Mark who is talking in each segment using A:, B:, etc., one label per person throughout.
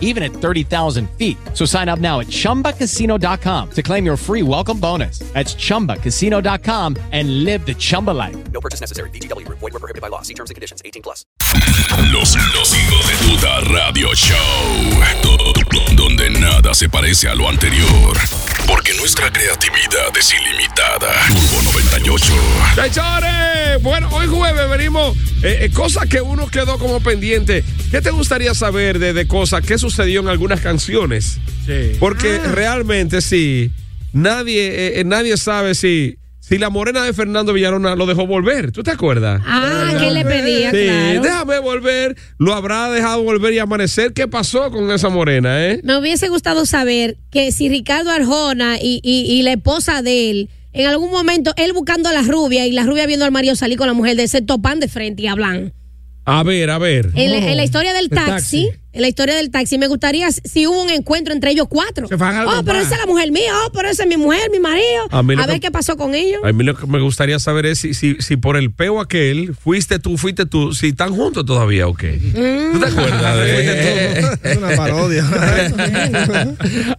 A: even at 30,000 feet. So sign up now at chumbacasino.com to claim your free welcome bonus. That's chumbacasino.com and live the Chumba life.
B: No purchase necessary. BGW. Void were prohibited by law. See terms and conditions. 18 plus.
C: Los, los hijos de tuta radio show. Do- do- donde nada se parece a lo anterior. Porque nuestra creatividad es ilimitada. Turbo 98.
D: Señores, bueno, hoy jueves venimos. eh, eh, cosas que uno quedó como pendiente. ¿Qué te gustaría saber de, de cosas que sucedió en algunas canciones? Porque realmente sí, nadie, eh, eh, nadie sabe si, si la morena de Fernando Villarona lo dejó volver. ¿Tú te acuerdas?
E: Ah, que le pedía,
D: sí,
E: claro.
D: déjame volver. ¿Lo habrá dejado volver y amanecer? ¿Qué pasó con esa morena, eh?
E: Me hubiese gustado saber que si Ricardo Arjona y, y- y la esposa de él, en algún momento él buscando a la rubia y la rubia viendo al marido salir con la mujer de ese topan de frente y hablan.
D: A ver, a ver.
E: En, la- en la historia del
F: el
E: taxi,
F: taxi.
E: en la historia del taxi, me gustaría si- si hubo un encuentro entre ellos cuatro.
F: Se van a
E: oh, pero
F: comprar.
E: esa es la mujer mía, oh, pero esa es mi mujer, mi marido.
D: A
E: A,
D: mí lo que-
E: ver qué pasó con ellos.
D: A mí lo que me gustaría saber es si, si, si por el peo aquel fuiste tú, fuiste tú, si están juntos todavía o qué. ¿Tú te acuerdas de
F: Es una parodia.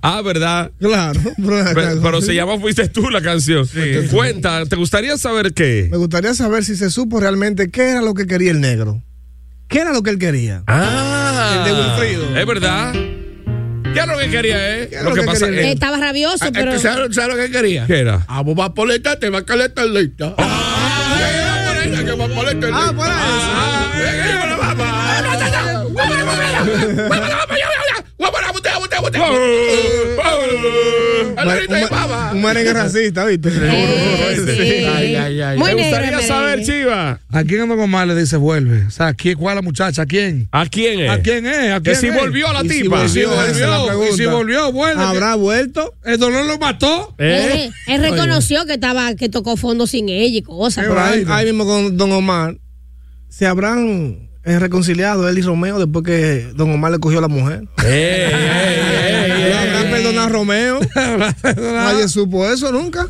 D: Ah, ¿verdad?
F: claro.
D: Pe- Pero, se llama Fuiste tú la canción. Cuenta, ¿te gustaría saber qué?
F: Me gustaría saber si se supo realmente qué era lo que quería el negro. ¿Qué era lo que él quería?
D: Ah,
F: El de Wilfrido.
D: Es verdad. ¿Qué era lo que quería, eh?
F: era
D: Lo
F: lo
D: que
F: que
D: pasa
F: quería?
E: Eh,
D: es
E: estaba rabioso, pero.
G: ¿Sabes lo que quería? Ah,
D: ¿Qué era?
G: A Boba Poleta te va a calentar lista.
F: Ah, por eso. ah, Un- Un merengue racista, ¿viste?
E: Eh, sí.
G: Ay, ay, ay.
E: Muy
D: ¿Te
E: negro,
D: gustaría
E: merengue.
D: saber, Chiva?
H: ¿A quién ando con mal le dice vuelve? O sea, ¿a quién, ¿cuál es la muchacha? ¿A quién?
D: ¿A quién es?
H: ¿A quién es? ¿A quién
D: Eh. Que si
H: es?
D: volvió la
F: Y si
D: tipa.
F: volvió,
H: Volvió,
F: esa es la pregunta.
H: y si volvió, vuelve.
F: ¿Habrá vuelto?
H: El dolor lo mató.
D: ¿Eh?
E: Él, él reconoció que estaba que tocó fondo sin ella y cosas.
F: Pero ahí, ahí mismo con Don Omar, ¿se habrán eh, reconciliado él y Romeo después que Don Omar le cogió a la mujer?
D: Ey, ey, ey,
F: ¿Le
D: ey.
F: habrán perdonado a Romeo? Nadie supo eso nunca.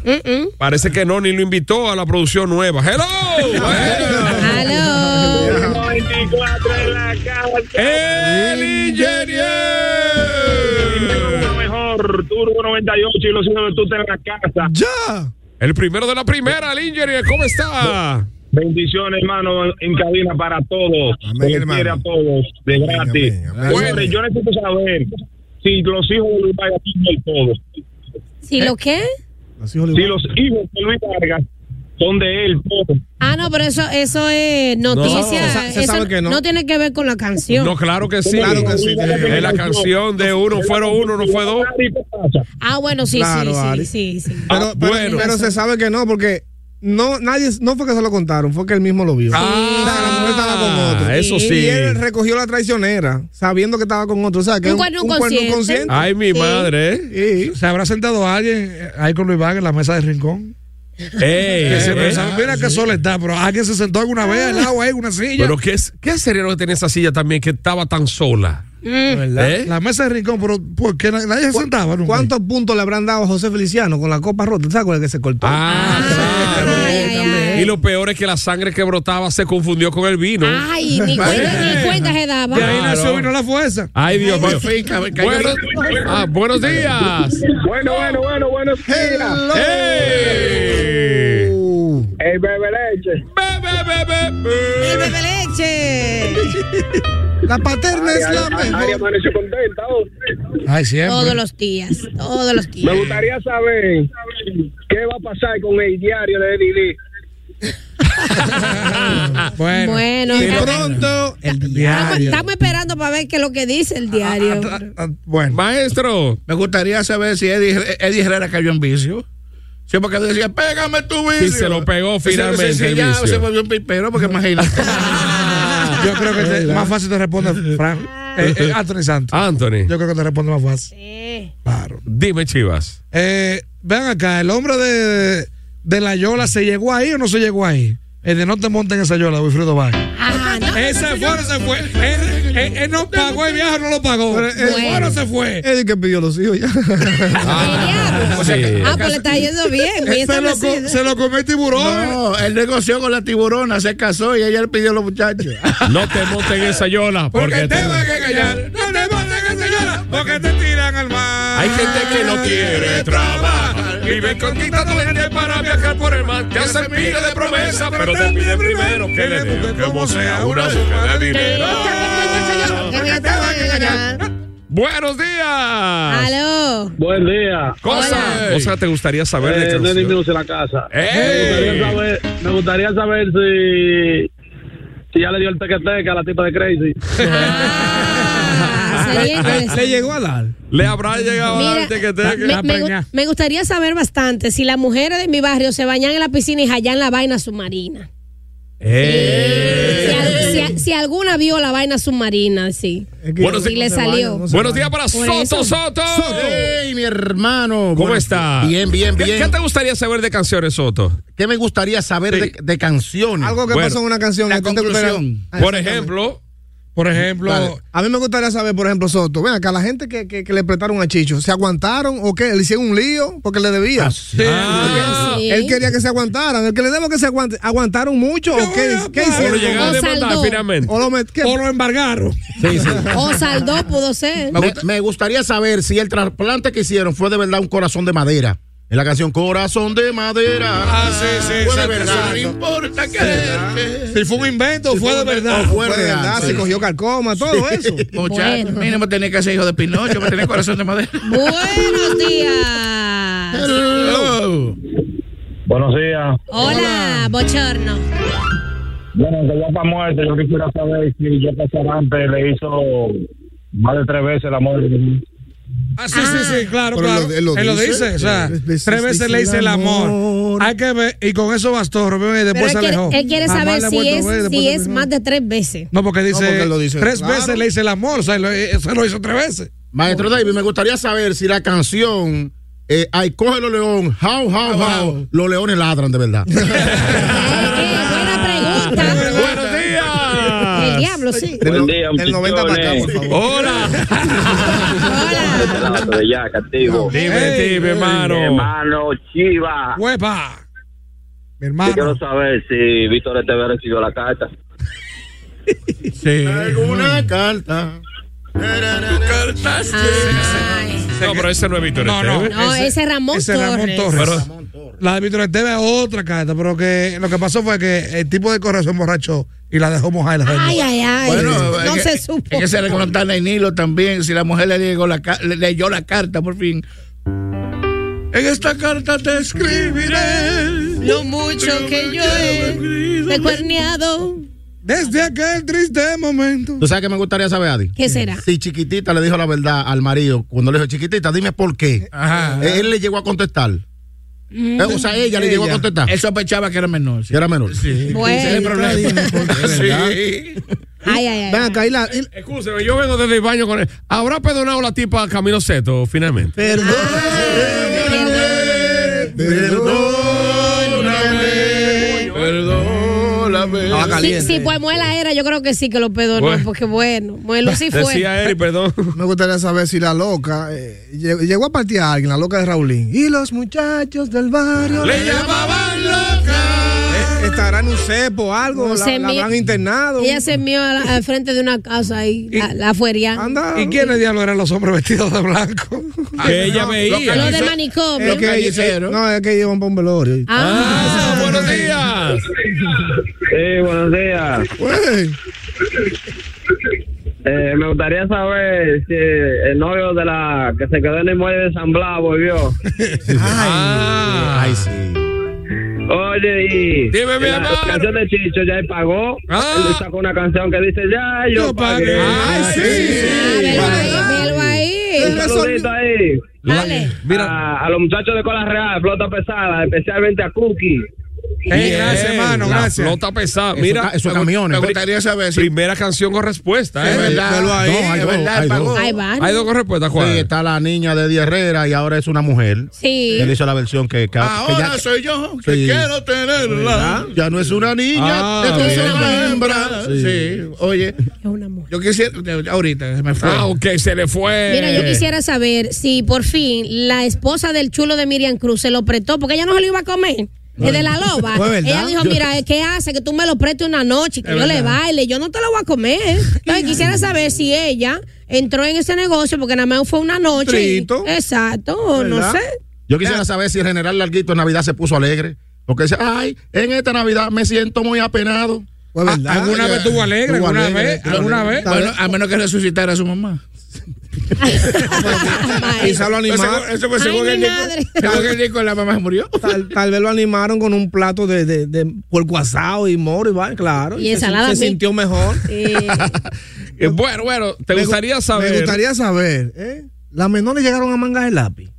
D: Parece que Noni lo invitó a la producción nueva. ¡Hello!
E: Aló.
D: ¡El ingeniero!
I: mejor Turbo 98 y los hijos de Tuta en la casa.
F: ¡Ya!
D: El primero de la primera, el ingeniero. ¿Cómo está?
I: Bendiciones, hermano, en cabina para todos.
F: Amén,
I: Se les quiere
F: hermano.
I: a todos, de
F: Amén,
I: gratis.
F: amén, amén.
I: Señores, yo necesito saber si los hijos de Luis Vargas son del todo.
E: ¿Si lo qué?
F: Así Hollywood.
I: Si los hijos de Luis Vargas son de él todo.
E: Ah, no, pero eso, eso es
F: No,
E: noticia.
F: se- se
E: Eso
F: sabe que no.
E: tiene que ver con la canción.
D: No, claro que sí.
F: Claro que sí.
D: Es la canción de uno fueron uno, no fue dos.
I: ¿Y qué pasa?
E: Ah, bueno, sí,
F: Claro,
E: sí,
F: Ari.
E: sí, sí, sí.
D: Ah,
F: Pero, pero-
D: bueno.
F: pero se sabe que no, porque no, nadie, no fue que se lo contaron, fue que él mismo lo vio.
H: Ah,
F: O sea, la mujer estaba con otro.
D: eso
F: Y
D: sí.
F: él recogió la traicionera, sabiendo que estaba con otro. O sea, que
E: Un
F: es
E: cuerno inconsciente.
D: Ay, mi
E: Sí.
D: madre. ¿eh?
F: Sí.
H: Ah, ¿Se habrá sentado alguien eh, ahí con Luis Vargas en la mesa de rincón?
D: Ey,
H: Que se
D: eh,
H: pensaba, mira qué sol está, pero alguien se sentó alguna vez al lado ahí en una silla.
D: Pero ¿qué, es- qué sería lo que tenía esa silla también que estaba tan sola?
E: Mm.
H: ¿Verdad?
D: ¿Eh?
H: La mesa de rincón, pero ¿por qué na- nadie se sentaba? nunca?
F: ¿Cuántos puntos le habrán dado a José Feliciano con la copa rota? ¿Te acuerdas que se cortó?
D: Ah,
E: Ay, ay, ay.
D: Y lo peor es que la sangre que brotaba se confundió con el vino.
E: Ay, ni cuenta, ni cuenta se daba.
D: De ahí nació
E: Claro.
D: vino la fuerza. Ay, Dios mío. Bueno, ah, buenos días.
J: Bueno, bueno, bueno, buenos días.
D: ¡Ey!
J: El bebe leche.
K: ¡El bebe leche!
F: La paterna
J: Ari,
F: es la
J: Ari, Ari
F: mejor.
J: amaneció contenta. oh.
H: Ay, siempre.
E: Todos los días, todos los días.
J: Me gustaría saber qué va a pasar con el diario de Didi.
H: Bueno.
E: Bueno,
H: de
E: ya-
H: pronto, el
E: estamos,
H: diario.
E: estamos esperando para ver qué es lo que dice el diario.
H: Ah, Bueno,
D: Maestro.
L: Me gustaría saber si Eddie, Eddie Herrera cayó en vicio. Sí, porque decía, pégame tu vicio.
D: Y se lo pegó
L: Sí, sí,
D: finalmente
L: sí,
D: el
L: ya
D: vicio.
L: se volvió un pipero, porque imagínate.
H: yo creo que te- más fácil te responde Frank. Eh, eh, Anthony Santos.
D: Anthony,
H: Yo creo que te responde más fácil.
E: Sí.
H: Claro.
D: dime Chivas.
H: Eh, vean acá, el hombre de, de la Yola, ¿se llegó ahí o no se llegó ahí? El de no te monten esa Yola, Wilfredo Valle.
E: Ajá, no.
H: Ese fue, se fue. Él, no pagó el viaje, no lo pagó.
E: Bueno,
H: se fue.
F: Eddie que pidió los hijos ya.
E: diablo.
D: Ah. o sea que-
E: Ah, pues le está yendo bien. muy
H: Se lo, co-
E: establecido.
H: se lo comió el tiburón.
L: No, él negoció con la tiburona, se casó y ella le pidió a los muchachos.
D: No te monten esa yola. Porque te-
H: que callar. No te monten esa Yola, porque te tiran al mar.
D: Hay gente que no quiere trabajar. Vive conquistando gente para viajar por el mar. Te hacen miles de promesas, pero te piden primero que le den como sea una suma de dinero.
E: Que me acaban de ganar.
D: Buenos días.
E: Aló.
J: Buen día.
D: Cosa,
E: Hola.
D: cosa que te gustaría saber de
J: Eh, Lenny
D: canción.
J: Music, la casa.
D: ¡Ey!
J: Me,
L: Eh.
J: gustaría saber, me gustaría saber si, si ya le dio el tequeteque a la tipa de Crazy.
E: Ah, sería interesante.
H: llegó a dar.
D: Le habrá llegado
E: Mira,
D: antes que te.
E: me, me gu- me gustaría saber bastante si las mujeres de mi barrio se bañan en la piscina y hallan la vaina submarina.
D: Eh.
E: Si, al- si a- si alguna vio la vaina submarina, sí.
D: Buenos
E: Y le
D: días.
E: salió.
D: Buenos días para
E: Por
D: Soto
E: eso.
D: Soto.
L: ¡Ey, mi hermano!
D: ¿Cómo
L: Bueno,
D: está?
L: Bien, bien,
D: ¿Qué,
L: bien.
D: qué te gustaría saber de canciones, Soto?
L: ¿Qué me gustaría saber
D: Sí.
L: de, de canciones?
F: Algo que
D: Bueno,
F: pasó en una canción.
L: la
F: que a ti te gustaría-
L: conclusión.
F: Ah,
D: Por
F: exactamente.
D: ejemplo,
H: Por ejemplo,
F: Dale. A mí me gustaría saber, por ejemplo, Soto, ven acá, la gente que, que- que le prestaron a Chicho, ¿se aguantaron o qué? ¿Le hicieron un lío porque le debía?
D: ah,
E: Sí.
F: Él quería que se aguantaran. El que le debo que se aguante, ¿aguantaron mucho o qué, qué
D: pero
F: hicieron?
D: llegaron
E: O
D: de maldad
E: saldó.
D: finalmente.
F: ¿O lo met- qué?
H: o lo em- embargaron.
E: O saldó, pudo ser.
L: Me, gust- me gustaría saber si el trasplante que hicieron fue de verdad un corazón de madera. En la canción Corazón de Madera.
H: Ah, sí, sí,
L: Fue de
H: exacto,
L: verdad.
H: exacto.
L: No importa quererte.
H: Si fue un invento, fue de verdad.
L: O fue
F: Fue de verdad,
L: real,
F: se
L: sí.
F: cogió carcoma, todo eso.
L: Muchacho,
E: Bueno.
L: mínimo tenía que ser hijo de Pinocho para tener corazón de madera.
E: Buenos días.
J: Buenos días.
E: Hola, bochorno.
J: Bueno, que ya está muerto. Yo quisiera saber si yo Sarante le hizo más de tres veces el amor.
H: Ah, sí, sí, sí, claro,
F: Pero
H: claro.
F: él lo- él lo dice.
H: o sea,
F: Tres
H: tres
F: veces
H: veces le hice el amor. Hay que ver, y con eso bastó, Romeo, y
E: Pero
H: después se
E: él
H: alejó.
E: quiere, él quiere
H: Jamás
E: saber
H: le ha
E: si
H: vuelto a
E: es,
H: ver, después
E: si
H: se
E: es
H: alejó.
E: más de tres veces.
H: No, porque dice,
F: porque él lo dice,
H: tres
F: claro.
H: veces le hice el amor, o sea, lo- eh, se lo hizo tres veces.
L: Maestro David, me gustaría saber si la canción eh, Ay, cógelo león, how, how, how, los leones ladran de verdad.
E: Ay, Eh, qué buena pregunta.
D: Buenos días.
E: El diablo, sí.
F: Del,
J: Buen día,
F: del 90 para acá, por favor.
D: Hola.
E: Hola.
J: de ya, castigo.
D: Dime,
H: Ey,
D: dime, hermano.
J: Hermano Ah, Chiva.
H: ¡Huepa! Mi
J: Yo quiero
H: hermano.
J: saber si Víctor Esteves recibió la carta.
H: Sí.
L: Alguna carta.
E: Ay.
D: No, pero ese no es Víctor este, ¿eh?
H: No, no.
D: Esteves.
E: No, ese es Ramón
H: ese es Ramón
E: Torres.
H: Torres. La de Víctor Esteves es otra carta, pero que lo que pasó fue que el tipo de corazón borracho y la dejó mojar. y La
E: Ay, ay, ay.
L: Bueno,
E: no
L: es
E: se
L: que-
E: supo.
L: Es que se reconocta a Nilo también. Si la mujer le, llegó la, ca- le leyó la carta, por fin. En esta carta te escribiré.
E: Lo mucho que yo he recuerneado.
H: Desde aquel triste momento.
L: ¿Tú sabes que me gustaría saber, Adi?
E: ¿Qué será?
L: Si chiquitita le dijo la verdad al marido, cuando le dijo chiquitita, dime por qué.
H: Ajá.
L: Eh, Él le llegó a contestar. Eh, o sea, ella, le llegó a contestar.
H: Él sospechaba que era menor.
L: Que era menor.
E: Bueno.
L: Sí.
E: Ay, ay,
F: Ven
E: ay.
F: acá, y
G: Eh,
F: la- y-
D: Escúcheme, yo vengo desde el baño con él. ¿Habrá perdonado la tipa a Camilo Seto finalmente?
L: Perdóname. Perdóname.
F: Estaba
E: Si,
F: caliente.
E: si pues Muela era, yo creo que sí que lo perdonó,
D: Bueno.
E: porque bueno, Muelo sí fue.
D: Decía Eri, perdón.
F: Me gustaría saber si la loca eh, lle- llegó a partir a alguien, la loca de Raulín. Y los muchachos del barrio.
D: llamaban loca.
F: Eh,
H: estarán en un cepo o algo,
E: No
H: la,
E: sé,
H: la
E: mi-
H: van internado.
E: Ella se mío al, al frente de una casa ahí, la, la afuera.
H: ¿Y quiénes diablos eran los hombres vestidos de blanco?
D: Que ella veía.
E: Lo de
I: Ah,
E: manicomio.
H: Es que- no, es que llevan para un velorio.
E: Ah,
D: buenos días.
I: Sí, buenos días. Eh, me gustaría saber si el novio de la que se quedó en el muelle de San Blas volvió.
G: Ah.
D: Ay, sí.
I: Oye, y
D: Dime, mi
I: la
D: amor. Ah.
I: canción de Chicho ya él pagó. Él sacó una canción que dice, ya yo, pagué. Ay,
G: ah,
E: Velo ahí.
I: saludito ahí.
E: Dale.
I: A, a los muchachos de Cola Real, flota pesada, especialmente a Cookie.
D: Ey,
H: gracias, hermano,
D: la
H: gracias.
D: Flota pesada.
H: Eso
D: Mira,
H: ca- eso
D: me gu-
H: camiones.
D: me
G: Me gustaría saber si-
D: Primera canción con respuesta.
G: Es
D: ¿eh?
G: verdad. Velo ahí, No, hay es dos, verdad, hay pagó. dos.
E: Hay varios.
D: Hay dos con respuesta, Juan.
L: Sí, está la niña de Di Herrera y ahora es una mujer.
E: Sí.
L: Él hizo la versión que, que- que
G: Ahora
L: ya,
G: soy yo que
L: Sí.
G: quiero tenerla.
L: ¿verdad? ya no es una niña,
G: Ah,
L: esto es
G: bien.
L: una hembra.
G: Sí. oye. Yo quisiera. Ahorita se me fue.
D: Ah, ok, se le fue.
E: Mira, yo quisiera saber si por fin la esposa del chulo de Miriam Cruz se lo prestó, porque ella no se lo iba a comer. Es de la loba.
M: Fue verdad.
E: Ella dijo,
M: Yo-
E: mira, eh, ¿qué hace? Que tú me lo prestes una noche, que
M: Es
E: yo le
M: verdad.
E: baile, yo no te lo voy a comer. Entonces quisiera saber si ella entró en ese negocio porque nada más fue una noche. y- exacto, o no
L: ¿Verdad?
E: sé.
L: Yo quisiera saber si el general Larguito en Navidad se puso alegre. Porque dice, ay, en esta Navidad me siento muy apenado.
H: Ah, ¿Alguna vez estuvo alegre?
L: Pues, Estuvo
H: ¿Alguna
L: alegre,
H: vez?
L: estuvo
H: ¿Alguna
L: alegre.
H: vez?
G: Bueno, a menos que resucitara a su mamá.
H: Quizá lo animaron.
G: Eso, fue según el Según el Nico, la mamá se murió.
F: Tal, tal vez lo animaron con un plato de, de, de puerco asado y moro y va, claro.
E: Y
F: se-
E: ensalada
F: Se,
E: mixta.
F: sintió mejor.
E: Eh,
D: Eh, bueno, bueno, te
F: Me gu-
D: gustaría saber.
F: Me gustaría saber, ¿eh? ¿Las menores llegaron a mangas de lápiz?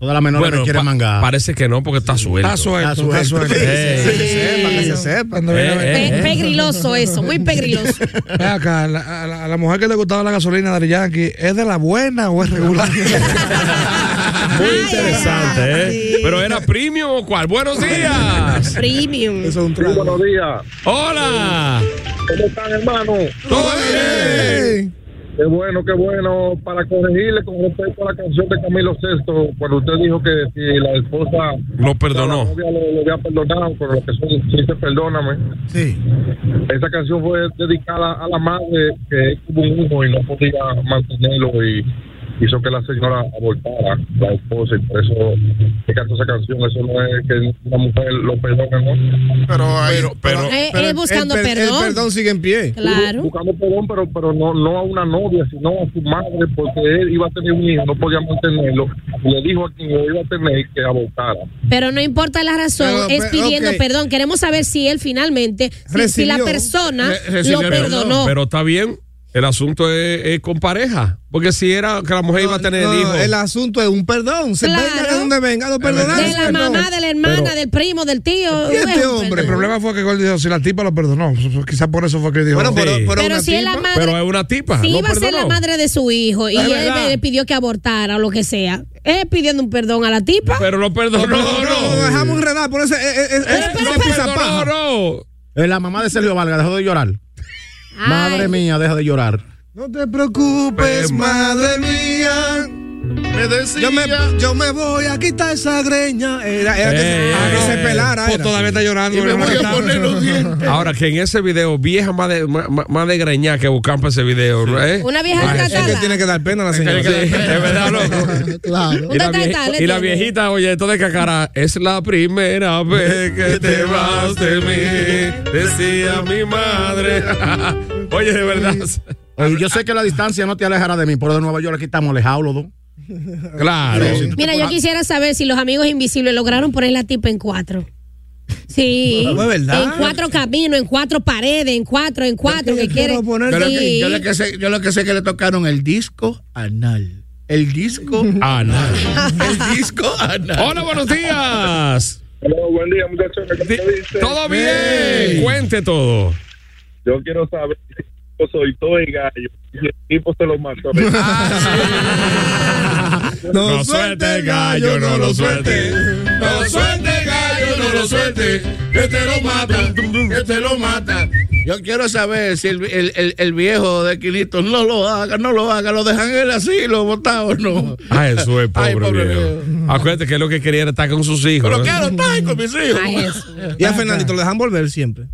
L: Todas las menores
D: Bueno,
L: quieren
D: pa-
L: mangar.
D: Parece que no, porque está suelto.
L: Está suelto, está suelto.
D: Ey.
F: Que se sepa, que se sepa.
H: Cuando viene a ver-
E: pe- pegriloso eso, muy pegriloso.
H: Ve acá, la- a, la, a la mujer que le gustaba la gasolina de Ari Yankee, ¿es de la buena o es regular?
D: Muy interesante, ¿eh? Pero era premium o cuál. Buenos días.
E: Premium.
F: Eso es un
I: Sí, buenos días.
D: Hola.
I: ¿Cómo están, hermano?
D: Todo bien.
I: Qué bueno, qué bueno. Para corregirle con respecto a la canción de Camilo VI, cuando usted dijo que si la esposa
D: Lo perdonó.
I: novia lo, lo había perdonado, pero lo que son dice perdóname.
F: Sí.
I: Esa canción fue dedicada a la madre que tuvo un hijo y no podía mantenerlo y hizo que la señora abortara, la esposa, y por eso se cantó esa canción. Eso no es que una mujer lo perdone, ¿no?
G: Pero,
D: pero,
E: Eh, eh, buscando
F: el per-
E: perdón.
F: El perdón sigue en pie.
E: Claro.
I: Buscando perdón, pero, pero no, no a una novia, sino a su madre, porque él iba a tener un hijo, no podía mantenerlo. Y le dijo a quien lo iba a tener que abortara.
E: Pero no importa la razón,
F: Pero,
E: es
F: pe-
E: pidiendo
F: ok.
E: perdón. Queremos saber si él finalmente, si- si,
F: Recibió.
E: la persona
G: Re- recibió
E: lo
G: el
E: perdonó.
G: perdón,
D: Eh, Pero está bien. El asunto es, es con pareja. Porque si era que la mujer iba a tener
F: No,
D: el hijo.
F: El asunto es un perdón. Se
E: Claro.
F: venga de donde venga, lo perdonamos.
E: de la mamá, de la hermana, del primo, del tío.
F: ¿Y este
E: bueno,
F: hombre?
H: El
E: perdón.
H: problema fue que Gol dijo, si la tipa lo perdonó, quizás por eso fue que dijo.
F: Bueno, pero,
D: Sí.
F: pero
E: Pero
F: una
E: si es la
F: tipa-
E: madre-
D: Pero es una tipa.
E: Si
D: lo
E: iba a ser la
D: perdonó.
E: madre de su hijo y
D: Es
E: él
D: verdad.
E: le pidió que abortara o lo que sea, es pidiendo un perdón a la tipa.
D: Pero lo perdonó.
F: No, no, lo dejamos enredar por ese. eh, eh, eh, ese
D: Pero
F: pizza
D: perdonó.
F: paja.
D: no.
L: Eh, La mamá de Sergio Valga dejó de llorar.
E: Ay,
L: Madre mía, deja de llorar.
F: No te preocupes, madre mía.
G: Me decía.
F: Yo me, yo me voy a quitar esa greña. Era, era que, se-
D: Eh,
F: a que se pelara.
H: Pues
F: era.
H: todavía está llorando.
G: Y me
H: hermano,
G: voy
H: que
G: a
H: está-
G: poner los dientes.
D: Ahora que en ese video, vieja más de, más, más de greñá que buscan para ese video, ¿no? ¿eh?
E: Una vieja
D: Ay,
F: Es que
E: tratada.
F: tiene que dar pena la
D: Sí,
F: señora.
D: es verdad, loco.
L: Claro.
D: Y la,
E: Usted está,
D: vie-
E: le
D: y la
E: tiene.
D: viejita, oye, esto de cacara, es la primera vez que te vas de mí, decía mi madre. oye, de verdad.
L: Oye, yo sé que la distancia no te alejará de mí, pero de Nueva York aquí estamos alejados los dos.
D: Claro.
L: Sí.
E: Mira, yo quisiera saber si los amigos invisibles lograron poner la tipa en cuatro. Sí,
F: No, es verdad.
E: en cuatro caminos, en cuatro paredes, en cuatro, en cuatro,
F: yo
E: que
F: quiero
E: quiere.
F: poner-
G: Yo lo,
E: Sí.
G: que, yo lo que sé, yo lo que sé que le tocaron el disco anal. El disco
D: Ah, no.
G: El disco anal.
D: Hola, buenos días.
I: buen día, muchachos.
D: ¿Todo bien? Cuente todo.
I: Yo quiero saber si yo soy todo y gallo. Y el tipo se lo mató.
D: No suelte el gallo, no lo suelte. No suelte el gallo,
G: no lo suelte, que te lo mata, que te lo mata. Yo quiero saber si el, el- el- el viejo de Quinito no lo haga, no lo haga, lo dejan en el asilo, botado o no.
D: Ay, Ah, eso es pobre,
G: Ay, pobre
D: viejo. Acuérdate que lo que quería era estar con sus hijos.
G: Pero claro, está ahí con mis hijos.
F: Y a Fernandito lo dejan volver siempre.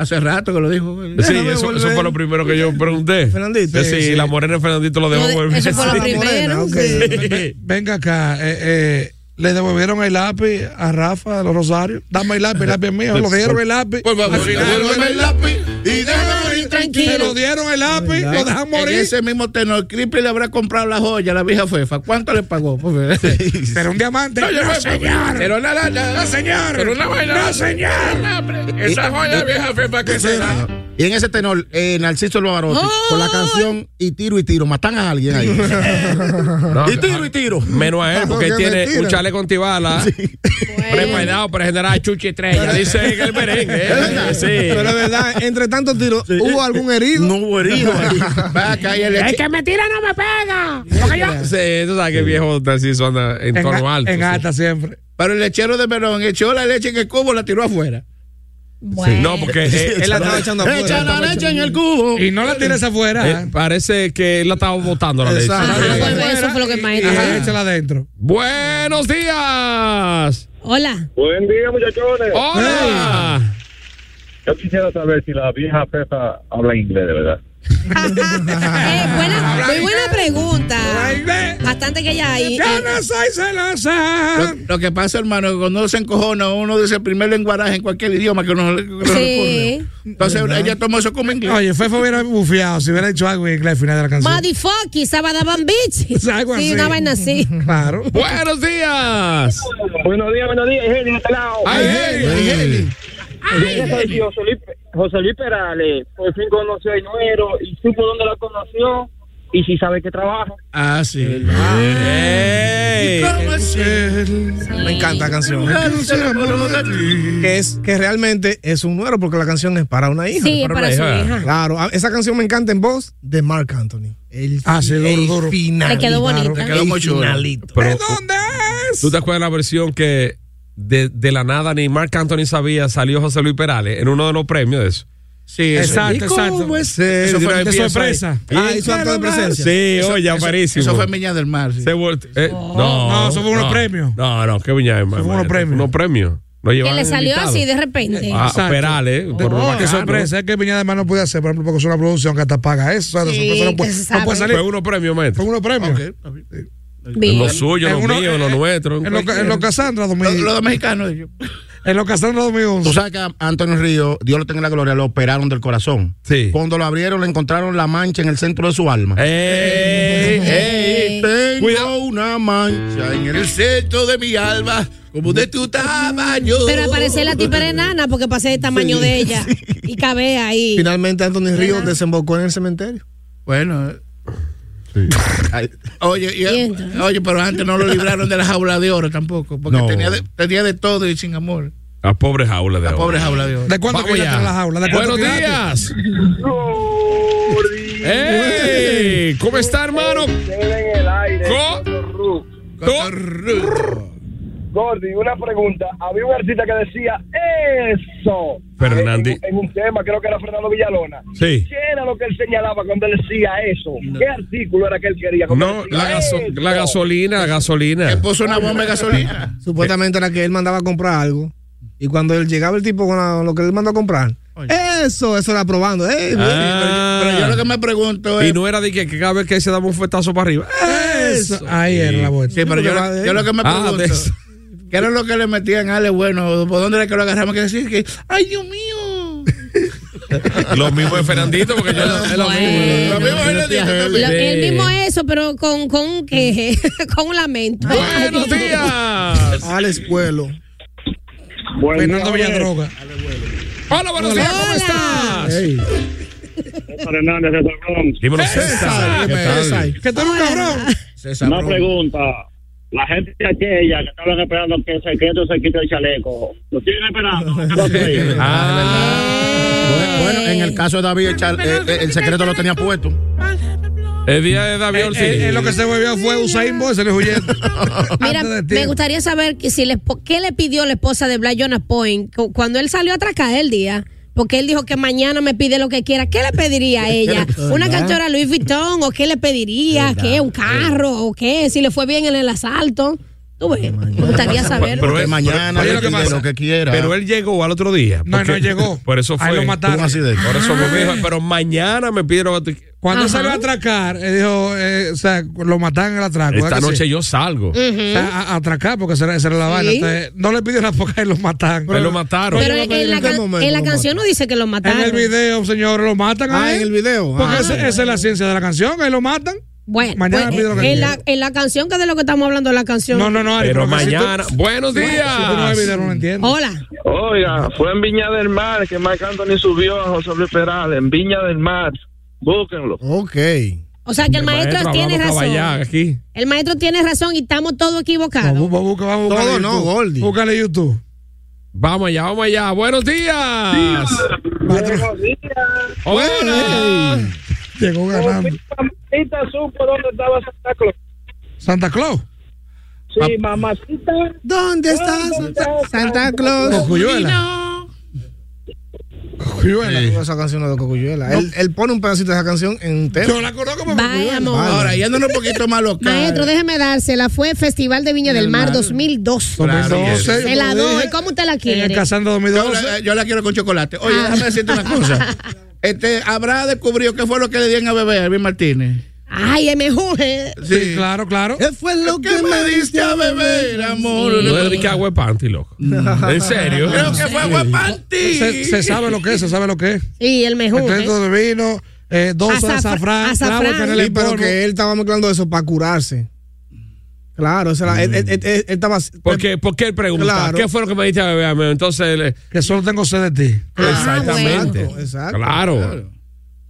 G: Hace rato que lo dijo.
D: Sí, eso, eso fue lo primero que yo pregunté.
F: Fernandito.
D: Que si la morena de Fernandito lo devolvió. Sí.
F: Morena, ok.
D: Ah, Sí.
H: Venga acá, eh, eh, le devolvieron el lápiz a Rafa de los Rosarios. Dame el lápiz, el lápiz es mío. Lo dieron el lápiz.
G: Por favor,
H: Al final,
G: devuélveme el lápiz y déjame
E: Ah,
G: morir tranquilo.
H: Se lo dieron el lápiz, lo dejan morir.
G: En ese mismo tenor, Cripple le habrá comprado la joya, la vieja Fefa. ¿Cuánto le pagó?
L: Pues, eh.
G: Pero
H: un diamante.
G: No, yo
H: No,
G: no,
H: señor.
G: Pero una lana.
H: No, señor.
G: Pero una vaina.
H: No, señor.
G: Esa joya, vieja Fefa, que será.
L: Y en ese tenor, eh, Narciso Lovarotti, con la canción Y tiro y tiro, matan a alguien ahí.
D: No,
L: y tiro y tiro.
D: Menos a él, porque él tiene un chaleco antibala
G: pues,
D: preparado para generar chuchi estrella. Dice en el merengue. ¿eh? Sí.
F: Pero de verdad, entre tantos tiros, ¿hubo algún herido? No hubo herido.
M: El que me tira no me pega. Porque yo-
D: Sí, tú sabes que el viejo Narciso anda en tono alto. sí.
H: siempre.
G: Pero el lechero de Melón echó la leche en el cubo, la tiró afuera.
D: Sí. No, porque eh, él la estaba echando afuera.
G: Echa la leche en el cubo.
H: Y no la tires afuera.
D: Eh, parece que él la estaba botando la leche.
H: Exacto.
D: Sí.
E: Eso fue lo que más
H: Ajá, échala adentro.
D: Buenos días.
E: Hola.
I: Buen día, muchachones.
D: Oh. Hola.
I: Yo quisiera saber si la vieja Pepa habla inglés, de verdad.
E: Muy Eh, buena pregunta. Bastante que ya hay. eh,
H: Yo no soy celosa.
G: Lo, lo que pasa, hermano, que cuando uno se encojona, uno dice el primer lenguaje en cualquier idioma que uno, que uno
E: Sí.
G: recurre. Entonces ella tomó eso como inglés.
H: Oye, Fefa hubiera bufiado si hubiera hecho algo en inglés al final de la canción.
E: Motherfucker, Sabada Beach.
H: algo
E: Sí,
H: así.
E: una vaina así.
H: Claro.
D: Buenos días.
J: Buenos días, buenos días, Heli de este lado.
D: Ay, Heli, ay, Heli.
J: Yo soy yo, José Luis, José Luis Perales, por fin conoció a Inuero y supo dónde la conoció y si sabe que trabaja.
G: Ah, sí.
D: Ey.
F: Me encanta la canción.
G: Claro, se enamoró de ti.
F: Que, es, que realmente es un nuero porque la canción es para una hija.
E: Sí, es para su hija.
F: Claro, a- esa canción me encanta en voz de Mark Anthony. El,
H: ah, sí,
F: el
H: duro, duro.
F: final.
E: Le quedó bonita.
F: Claro,
G: Te quedó
F: el
G: muy chulo.
F: finalito.
D: ¿De dónde es? ¿Tú te acuerdas la versión que de, de la nada ni Marc Anthony sabía salió José Luis Perales en uno de los premios de eso?
G: Sí,
H: Exacto,
G: ¿Y
H: exacto.
G: cómo es él?
H: Eso
G: Y
H: fue
G: una
H: de
G: empieza
H: sorpresa.
G: ahí.
F: Ah, hizo acto de presencia.
D: Sí,
G: Eso-
D: oye,
G: eso-
D: aparísimo.
G: Eso fue en Viña del Mar. sí.
D: Se vol- eh, no,
H: No, eso fue unos premios.
D: No, no, qué viña, hermano.
H: unos premios.
D: Unos premios. Lo
E: Que
D: llevaban
E: le salió
D: invitado.
E: así de repente.
D: Ah,
H: Exacto.
D: Perales. por
H: Oh,
D: bacano.
H: qué sorpresa, es que Viña de Mar no puede hacer, por ejemplo, porque es una producción que hasta paga eso. o sea,
E: Sí,
H: la sorpresa no
E: que se
H: puede,
E: sabe.
H: no puede salir.
D: Fue unos premios, maestro.
H: Fue unos premios.
G: Ok, está bien.
E: Bien.
D: Los suyos,
H: En
D: los
H: uno-
D: míos, los
H: eh,
D: nuestros.
H: En los en los Casandra
G: Lo-
H: 2000.
G: Los mexicanos. yo-
H: En los Casandra 2011.
L: Tú sabes que a Antonio Río, Dios lo tenga en la gloria, lo operaron del corazón.
D: Sí.
L: Cuando lo abrieron, le encontraron la mancha en el centro de su alma.
D: ¡Ey!
E: Eh,
D: ¡Ey!
L: Tengo
D: Cuidado.
L: una mancha en
G: En
L: el
G: el centro de mi alma, como de tu tamaño.
E: Pero al parecer la tipa era enana porque pasé el tamaño de ella. Y cabe ahí.
F: Finalmente Anthony Ríos desembocó en el cementerio.
G: Bueno.
L: Ay,
G: Oye, y-
E: Y entonces.
G: oye, pero antes no lo libraron de la jaula de oro tampoco, porque
L: No.
G: tenía, de, tenía de todo y sin amor.
D: La pobre jaula de
G: La
D: ahora.
G: pobre jaula de oro.
H: ¿De cuánto
D: Vamos
H: que
D: ya.
H: en la jaula? ¿De cuánto
D: Buenos
H: quedaste?
D: días. ¡Ey! ¿Cómo está, hermano?
J: en el aire.
D: Co-
J: Gordy, una pregunta. Había un artista que decía eso.
D: Fernández.
J: En, en un tema, creo que era Fernando Villalona.
D: Sí.
J: ¿Qué era lo que él señalaba cuando él decía eso? ¿Qué artículo era que él quería? cuando
D: No,
J: él decía
D: la, gaso-
J: eso?
D: la gasolina, la gasolina.
G: Que puso una bomba de gasolina.
F: Supuestamente era que él mandaba a comprar algo. Y cuando él llegaba el tipo con la- lo que él mandó a comprar. Eso, eso era probando. Eh,
D: Ah.
G: Pero yo lo que me pregunto es.
D: Y no era de que, que cada vez que se daba un fuetazo para arriba.
H: Eso. Ahí era la vuelta.
G: Sí, pero yo, lo- yo lo que me
D: Ah, de
G: pregunto.
D: eso.
G: ¿Qué era lo que le metían a Ale Bueno? ¿Por dónde era que lo agarramos? Que decir que. ¡Ay, Dios mío!
D: Lo mismo de Fernandito, porque yo lo, es lo
E: Eh.
D: mismo.
G: Lo mismo él le dijo
E: Lo-
G: también.
E: el mismo eso, pero con, con un queje, con un lamento.
D: ¡Buenos días!
F: Al escuelo.
J: Buen
H: Fernando
J: día,
H: Villadroga.
D: Hola, buenos días, ¿cómo estás?
J: César Hernández desde el Bronx.
D: Dímelo, César. ¿Qué tal?
H: Que tú eres un cabrón.
J: Una pregunta. La gente de aquella que estaban esperando que el secreto se quite el chaleco. ¿Lo siguen esperando? ¿Lo siguen?
D: Ah,
L: Bueno, en el caso de David, el, chal- eh, eh, el secreto lo tenía puesto.
D: El día de David
H: Él- él- él eh, lo que se bebió fue Usain Bolt, se le huyó.
E: Mira,
H: Antes de ti.
E: me gustaría saber que si le, qué le pidió la esposa de Black Jonas Point cu- cuando él salió a atracar el día. Porque él dijo que mañana me pide lo que quiera. ¿Qué le pediría a ella? ¿Una
N: ¿Verdad?
E: cantora Louis Vuitton? ¿O qué le pediría? ¿Qué? ¿Un carro? ¿O qué? ¿Si le fue bien en el asalto? Tú ves, me gustaría saber.
L: Porque mañana
D: oye
L: le pide lo que quiera.
D: Pero él llegó al otro día.
H: No,
D: porque-
H: no llegó.
D: Por eso fue.
H: Ahí lo mataron. Ah.
D: Tuvo un accidente. Por eso me dijo, pero mañana me pide lo que tú-
H: Cuando
D: Ajá.
H: salió a atracar, él dijo, eh, o sea, lo mataron en el atraco. ¿verdad
D: Esta
H: que
D: noche
H: sí?
D: yo salgo.
H: O sea, a, a atracar porque será, será la
E: Sí.
H: vaina. Entonces, no le pidió la poca y lo mataron.
D: Pero lo mataron.
E: Pero en, la, can- en la canción no dice que lo
H: En
E: mataron.
H: el video, señor, lo matan. a
E: Ah,
H: él.
E: en el video.
H: Porque
E: Ah.
H: esa, esa es la ciencia de la canción, ahí lo matan.
E: Bueno,
H: Mañana
E: pues,
H: pido lo que
E: en,
H: quiera.
E: la, en la canción, que es de lo que estamos hablando, la canción.
H: No, no, no, Ari,
D: Pero
H: que si tú-
D: mañana.
H: Bueno,
D: Buenos días.
H: si tú no ves video, no lo entiendes.
E: Hola.
O: Oiga, fue en Viña del Mar que Mike Anthony subió a José Luis Peral. En Viña del Mar. Búsquenlo.
F: Ok.
E: O sea que el maestro,
D: Maestro,
E: tiene
D: hablamos
E: razón.
D: caballar aquí.
E: El maestro tiene razón y estamos todos equivocados.
L: Ah,
D: Todo no,
H: Goldi. Búscale YouTube.
D: Vamos allá, vamos allá. Buenos días.
O: Buenos días.
D: Hola.
H: Llegó ganando.
O: Mamacita supo dónde estaba Santa Claus.
H: Santa Claus.
O: Sí, mamacita.
N: ¿Dónde estás, Santa, Santa Claus?
F: Cocuyuela.
H: Cocuyuela.
F: Esa canción es de Cocuyuela. Él, él pone un pedacito de esa canción en un tema.
H: Yo la conozco
E: como Vaya, Cocuyuela. amor.
F: Ahora,
L: yéndonos un poquito más local.
E: Maestro, déjeme dársela. Fue Festival de Viña del Mar 2002.
L: Claro,
H: 2012,
E: Se la doy. ¿Cómo usted la quiere?
L: Yo la, yo la quiero con chocolate. Oye, déjame decirte una cosa. Este, habrá descubrido qué fue lo que le dieron a beber a Elvin Martínez.
E: Ay, eh. me juje.
H: Sí, claro, claro.
L: ¿Qué fue lo que me diste a beber, amor?
D: No le dije agua de panty, loco. En serio.
L: Creo que fue agua de panty.
H: Se, se sabe lo que es, se sabe lo que es.
E: Sí, el mejor.
H: Entreto de vino, eh, dos
F: Azafra-
H: horas azafrán, clavo de canela
F: Sí,
H: en
F: pero
H: polvo.
F: que él estaba mezclando eso para curarse. Claro, esa era- él, él- él- él estaba.
H: Em,
F: pues,
D: ¿Por qué, por qué él pregunta?
F: Claro.
D: ¿Qué fue lo que me diste a beber? amigo? Entonces. eh, le-
H: Que solo tengo sed de
E: Ah,
H: ti.
D: Exactamente. Claro.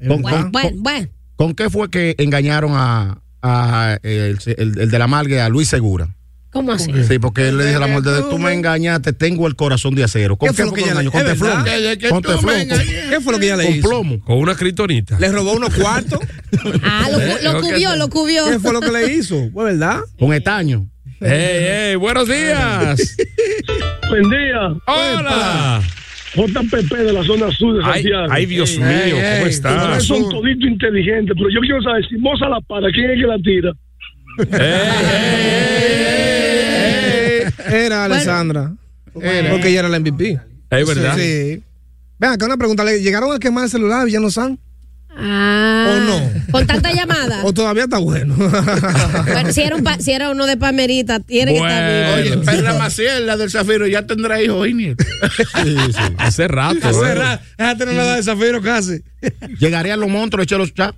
L: ¿Con,
E: Bueno,
L: con-
E: bueno,
L: con-
E: bueno.
L: con qué fue que engañaron a, a el, el- el de la Margue, a Luis Segura?
E: ¿Cómo así?
L: Sí, porque él le dice a la mujer, desde tú me engañaste, tengo el corazón de acero. ¿Con
F: ¿Qué fue lo que
L: lo
F: ella le-
L: engañó? Con
F: es
L: teflón.
F: verdad? Que- que
L: Con
F: tú me
L: teflón. con-
F: ¿Qué fue lo que ella le
L: Con
F: hizo?
L: plomo.
D: Con una criptonita.
F: Le robó unos cuartos.
E: Ah, lo, cu- lo cubió, lo cubió.
F: ¿Qué fue lo que le hizo? Fue verdad.
L: Con estaño.
D: ¡Ey, ey! ¡Buenos días!
O: Buen día.
D: ¡Hola!
O: JPP de la zona sur de
D: Ay,
O: Santiago.
D: ay, Dios mío, ¿cómo estás?
O: Ustedes
L: Ah,
O: Son todito inteligentes, pero yo quiero saber si Moza la para, ¿quién es que la tira?
F: Era Alessandra.
L: Era.
F: Porque ella era la MVP.
D: Es verdad.
F: Sí. Vean, acá una pregunta. ¿Le llegaron a quemar el celular ya no saben?
E: Ah.
F: ¿O no?
E: Con tanta llamada.
F: ¿O todavía está bueno?
E: Bueno, si, era un pa- si era uno de palmerita, tiene que estar
L: Oye,
E: vivo.
L: Perla Maciel, la del Zafiro, ya tendrá hijos y nietos.
D: Hace rato.
H: Hace
D: eh.
H: rato, déjate no le da desafío casi.
L: Llegaré a los monstruos, eché los chap.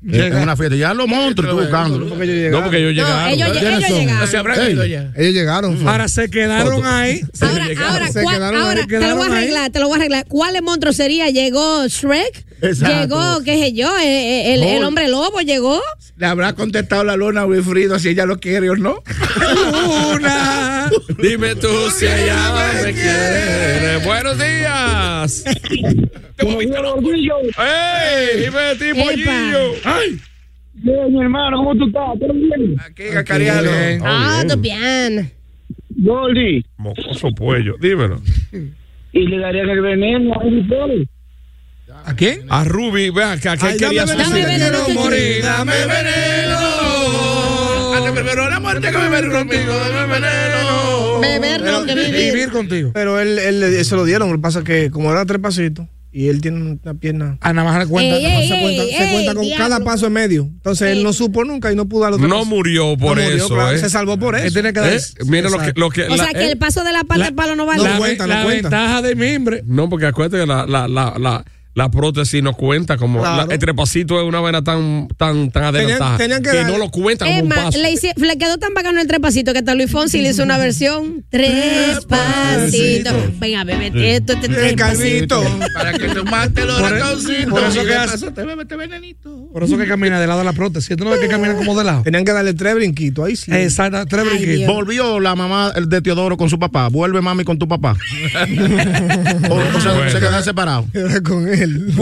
L: En una fiesta. Ya los monstruos, estoy buscándolo.
D: No, porque ellos llegaron.
E: ellos-
L: ¿Quiénes
E: ellos
L: son?
E: llegaron.
L: ¿Se habrán
F: Ey,
L: ido ya?
F: Ellos llegaron. fue.
H: Ahora se quedaron ahí.
E: Ahora, ahora,
F: Se
E: cua-
F: quedaron
E: ahora
F: ahí,
E: te lo
F: quedaron
E: voy a
F: ahí.
E: arreglar, te lo voy a arreglar. ¿Cuál monstruo sería? ¿Llegó Shrek?
L: Exacto.
E: ¿Llegó, qué sé yo, eh, eh, el, el hombre lobo? ¿Llegó?
L: Le habrá contestado la luna a Wilfrido si ella lo quiere o no.
H: Luna.
D: Dime tú si ella me quiere. ¡Buenos días! ¡Ey! ¡Dime de ti,
E: Epa.
D: pollillo! ¡Ay!
O: Bien, mi hermano, ¿cómo tú estás? ¿Todo bien?
L: Aquí, Cacariano.
E: Ah, tú bien.
O: Gordy,
D: Mocoso pollo, dímelo.
O: y le daría el veneno a un sol.
H: ¿A quién?
D: A Ruby, ve acá, ¿qué
H: Ay,
D: querías
H: dame
D: hacer?
H: veneno,
D: Quiero
H: dame veneno,
D: morir, dame veneno.
L: Hasta primero la muerte que me ven conmigo, dame veneno.
E: Beber lo que vive.
H: Vivir contigo.
F: Pero él, él le- se lo dieron. Lo que pasa es que como era tres pasitos y él tiene una pierna.
H: A Ah, nada más le cuenta.
E: Ey,
F: nada más
E: ey,
F: se cuenta,
E: ey,
F: se
E: ey,
F: cuenta con
E: diablo.
F: cada paso en medio. Entonces él no supo nunca y no pudo dar los tres
D: No
F: pasos.
D: murió por
F: No murió,
D: eso,
F: claro,
D: ¿eh?
F: Se salvó por eso.
H: Él tiene que dar.
D: ¿Eh? Mira lo que. Lo que
E: O
D: la-
E: sea que
D: eh,
E: el paso de la pata
H: la-
E: del palo no vale.
F: No
H: la ve-
F: cuenta, no
H: la
F: cuenta.
H: ventaja de mimbre.
D: No, porque acuérdate que la, la, la, la, la prótesis no cuenta como.
F: Claro.
D: la- el trepacito es una vena tan, tan, tan adelantada.
F: tenían que
D: que
F: dar-
D: no lo cuenta como un
E: Emma,
D: paso.
E: le, hice- le quedó tan bacano el trepacito que hasta Luis Fonsi le hizo una versión. Trespacito. Venga, bebé, esto este
F: El
E: trespacito.
F: calvito.
L: Para que te mate los
H: Por- e-
L: ratoncitos.
H: por eso
L: Y
H: que
L: de
H: hace-
L: paso te bebe este venenito.
H: Por eso que camina de lado a la prótesis. Tú no ves que camina como de lado.
F: Tenían que darle tres brinquitos. Ahí sí.
H: Exacto, tres
E: Ay,
H: brinquitos.
E: Dios.
L: Volvió la mamá de Teodoro con su papá. Vuelve mami con tu papá. o, o sea,
D: Bueno.
L: se quedan separados.
F: Era con él.
H: Abel.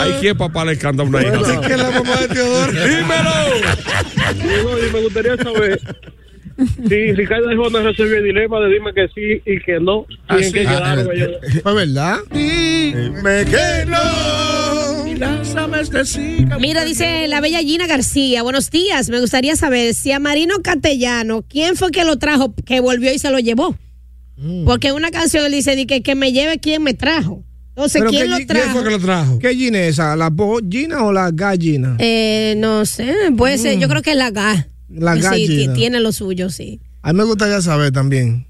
D: Hay quien papá le canta una hija.
H: Así que la mamá de Teodoro.
P: Digo, y me gustaría saber si Ricardo Arjona recibió el dilema de dime que sí y que no.
H: Ah,
P: Y en
H: sí.
P: qué
H: Ah,
P: quedaron
H: eh,
P: ellos.
H: ¿Fue verdad?
G: Dime que no.
E: Y Mira, dice la bella Gina García. Buenos días. Me gustaría saber si a Marino Castellano, ¿quién fue que lo trajo, que volvió y se lo llevó?
F: Mm.
E: Porque en una canción él dice di que, que me lleve quien me trajo. Entonces,
F: Pero
E: ¿quién
F: ¿qué
E: lo
F: gi-
E: trajo?
F: fue que lo trajo? ¿Qué gina es esa? ¿La gallina o la gallina?
E: Eh, no sé, puede ser. Yo creo que es la GA.
F: Mm. La
E: Sí,
F: GA
E: ti-
F: Gina.
E: tiene lo suyo, sí.
F: A mí me gustaría saber también.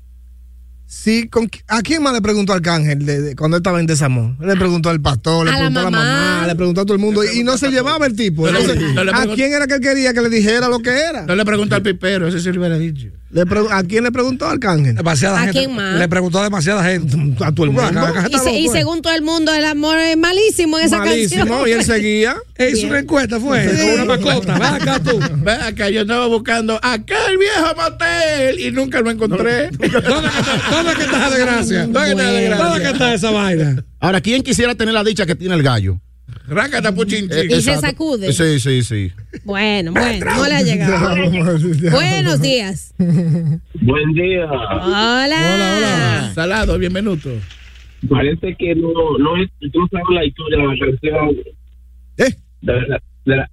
F: Si, con, qui- ¿A quién más le preguntó Arcángel de, de- cuando él estaba en desamor? Le preguntó al pastor, le
E: A la
F: preguntó a la
E: mamá.
F: mamá, le preguntó a todo el mundo y no se llevaba el tipo.
G: No le-
F: Entonces,
G: no le
F: ¿A
G: preguntó-
F: quién era que él quería que le dijera lo que era?
G: No le preguntó al pipero, ese sí lo hubiera dicho.
F: Le pregu- ¿A quién le preguntó Arcángel?
H: Demasiada ¿A gente. quién más? Le preguntó a demasiada gente.
F: A todo el mundo.
E: Y, se- y según todo el mundo, el amor es malísimo en esa
F: Malísimo,
E: canción.
F: y él seguía.
H: Él hizo una encuesta, fue. Con una mascota. Ven acá tú.
G: Ven acá, yo estaba buscando aquel viejo motel y nunca lo encontré.
H: ¿Dónde que está la desgracia?
G: ¿Dónde está la desgracia?
H: ¿Dónde que está esa vaina?
L: Ahora, ¿quién quisiera tener la dicha que tiene el gallo?
G: Rácata puchín.
L: Eh,
E: Y se
L: exacto.
E: sacude.
L: Sí, sí, sí.
E: Bueno, bueno, no le ha llegado. Buenos días.
J: Buen día.
E: Hola.
L: Ah.
G: hola. Salado, bienvenido.
J: Parece que no, no es, tú sabes la historia de la canción.
F: ¿Eh?
J: De la, de la,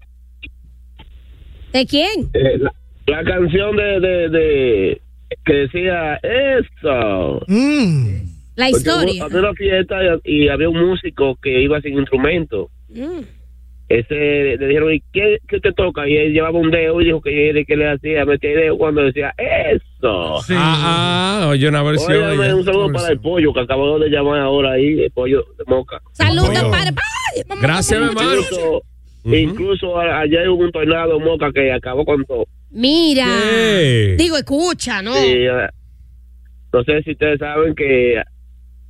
E: ¿De quién?
J: eh, la, la canción de, de, de que decía eso.
E: La
J: Porque hubo-
E: historia.
J: Había una fiesta y, y había un músico que iba sin instrumento.
E: Mm.
J: Ese le dijeron, ¿y qué, qué te toca? Y él llevaba un dedo y dijo que él que le hacía, metía el dedo cuando decía eso.
D: Ah, ah, oye, una versión.
J: Óigame,
D: oye.
J: un saludo para el pollo que acabo de llamar ahora ahí, el pollo de moca.
E: Saludos
J: Pollo.
E: para.
D: Gracias, mi hermano.
J: Incluso, incluso a- ayer hubo un tornado moca que acabó con todo.
E: Mira.
J: ¿Qué?
E: Digo, escucha, ¿no?
J: Sí, eh, no sé si ustedes saben que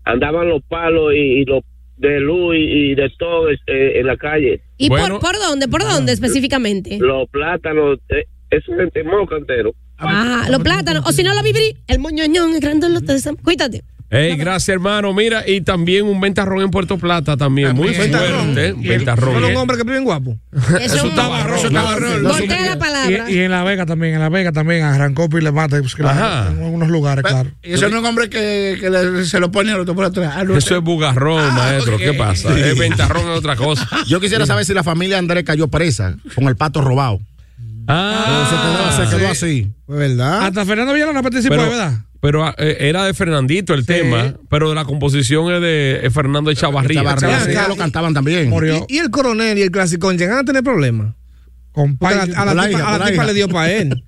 J: andaban los palos y, y los de luz y, y de todo eh, en la calle.
E: ¿Y por, por dónde? ¿Por dónde específicamente?
J: Los plátanos, eh, eso es en moca entero.
E: Ah, los plátanos. O si no, la bibri. El moñoñón, el grandolote de San- Cuídate.
D: Ey, gracias, hermano. Mira, y también un ventarrón en Puerto Plata
H: Ah,
D: también. Muy fuerte.
H: Y el-
D: Ventarrón.
H: Solo un
D: eh.
H: hombre que vive en guapo.
E: Eso
H: un tabarrón.
D: eso es tabarrón.
E: Voltea la palabra.
H: Y, y en La Vega también, en La Vega también arrancó pile mata. Pues,
D: Ajá.
H: claro, en algunos lugares, claro.
G: Y eso no es un hombre que, que le- se lo pone al otro por atrás. Ah, Al otro.
D: Eso es bugarrón,
H: Ah,
D: maestro. ¿Qué pasa?
L: Sí.
D: Es ventarrón es otra cosa.
L: Yo quisiera saber si la familia Andrés cayó presa con el pato robado.
D: Ah,
L: se quedó, se quedó así.
F: Pues verdad.
H: Hasta Fernando Villalona participó,
D: Pero-
H: ¿verdad?
D: Pero eh, era de Fernandito el tema, pero la composición es de eh, Fernando Echavarría.
L: Chavarría,
D: Echavarría,
L: sí,
D: sí.
L: ya lo cantaban también.
F: Y, y el coronel y el clasicón llegan a tener problemas. Porque a la, a la
L: Con la
F: tipa,
L: hija,
F: a la
L: con la
F: tipa
L: hija.
F: le dio para él.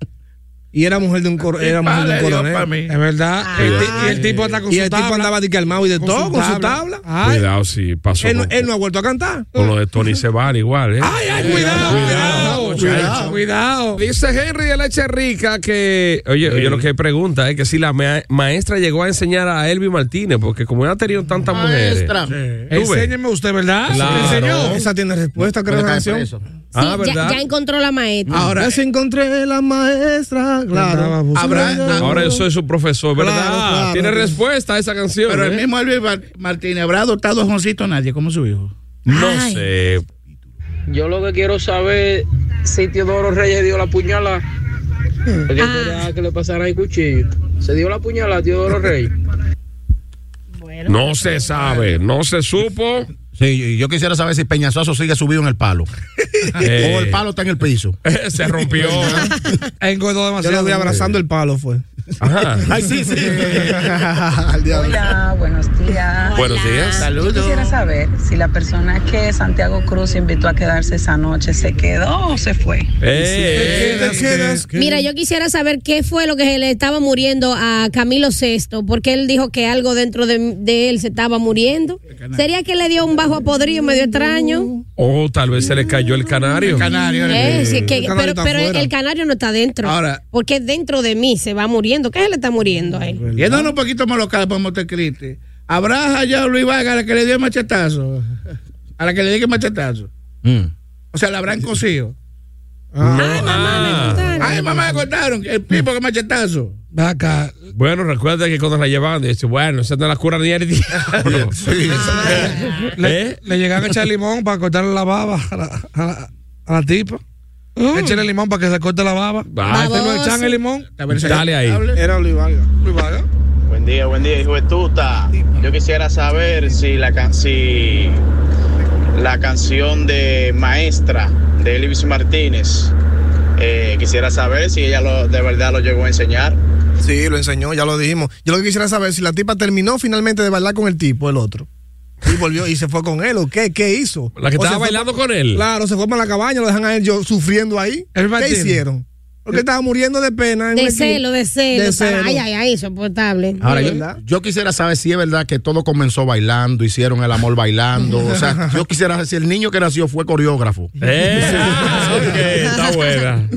F: Y era mujer de un, cor- era mujer de un coronel. Ah.
H: Es verdad. El ti- y el tipo está con
F: Y
H: su
F: el tipo
H: tabla.
F: andaba de calmado y de
H: Con
F: todo,
H: su
F: con su
H: tabla.
F: tabla.
H: Ay,
D: Cuidado si pasó
F: Él, no-
D: con,
F: él no ha vuelto a cantar.
D: con lo de Tony Cebar igual, ¿eh?
H: ay, ay, cuidado, cuidado, cuidado. cuidado.
D: Dice Henry de Leche Rica que. Oye, oye, lo que pregunta es que si la ma- maestra llegó a enseñar a Elvi Martínez, porque como ya ha tenido tantas
L: Maestra.
D: mujeres. ¿tú ves?
H: Enséñeme usted, ¿verdad? ¿Se
D: Claro.
H: le enseñó?
F: Esa tiene respuesta, creo,
L: Puede
F: la
L: caer
F: canción.
L: preso.
D: Ah,
E: ya,
D: ¿verdad?
E: ya encontró la maestra.
F: Ahora. Eso encontré la maestra. Claro.
G: Habrá-
D: Ahora yo soy su profesor, ¿verdad? Ah,
G: Claro, claro.
D: Tiene respuesta a esa canción.
G: Pero el
D: ¿eh?
G: mismo Elvis Mar- Martínez habrá adoptado a Joncito nadie como su hijo.
D: No
G: Ay.
D: sé.
Q: Yo lo que quiero saber si Teodoro Reyes dio la puñalada. Porque yo quería que le pasara el cuchillo. Se dio la puñalada a Teodoro Reyes.
D: No se sabe, no se supo.
L: Sí, y yo quisiera saber si Peñazoso sigue subido en el palo. O el palo está en el piso.
D: Eh, se rompió.
H: Engordó
F: Yo
H: demasiado.
F: lo vi abrazando el palo, fue.
D: Ajá.
L: Ay, sí, sí.
F: Al diablo.
R: Hola, Ah, buenos días.
D: Buenos días.
R: Yo quisiera saber si la persona que Santiago Cruz invitó a quedarse esa noche se quedó o se fue.
D: Eh,
F: ¿Te quedas?
E: Mira, yo quisiera saber qué fue lo que se le estaba muriendo a Camilo VI, porque él dijo que algo dentro de, de él se estaba muriendo. ¿Sería que le dio un bajo a podrido medio extraño?
D: O eh. Oh, tal vez se le cayó el canario.
G: canario.
E: Eh, sí, que-
G: El canario
E: pero
G: está
E: pero
G: afuera.
E: el canario no está dentro.
G: Ahora-
E: Porque dentro de mí se va muriendo. ¿Qué se le está muriendo a él?
G: Yéndonos un poquito más local para Montecristi. ¿Habrá hallado a Luis Vargas a la que le dio el machetazo? A la que le dio el machetazo.
L: Mm.
G: O sea, la habrán cosido. Ah.
D: No, ah,
G: Ay, mamá, me cortaron. El tipo que machetazo.
H: Vaca.
D: Bueno, recuerda que cuando la llevaban, dice, bueno, esa no la cura ni el diablo.
H: Le, le llegaban a echar limón para cortarle la baba a la, a la- a la tipa.
F: Oh.
H: Échale limón para que se corte la baba.
D: Ah,
H: Este no echan el limón.
D: Dale ahí.
H: Era Olivaga. Olivaga.
S: Buen día, buen día, hijo de tuta. Yo quisiera saber si la, can- si la canción de Maestra de Elvis Martínez, eh, quisiera saber si ella lo, de verdad lo llegó a enseñar.
F: Sí, lo enseñó, ya lo dijimos. Yo lo que quisiera saber es si la tipa terminó finalmente de bailar con el tipo, el otro. Y volvió y se fue con él, ¿o qué? ¿Qué hizo?
D: La que
F: O
D: estaba
F: se fue-
D: bailando con él.
F: Claro, se fue para la cabaña, lo dejan a él yo sufriendo ahí. ¿Qué
D: Martínez.
F: hicieron? Porque estaba muriendo de pena. en
E: De
F: una esquina.
E: celo, de celo.
F: De
E: estaba-
F: celo.
E: Ay, ay, ay, insoportable.
L: Ahora,
E: De
L: yo,
E: verdad.
L: yo quisiera saber si es verdad que todo comenzó bailando, hicieron el amor bailando. O sea, yo quisiera saber si el niño que nació fue coreógrafo.
D: Eh, ah, está buena.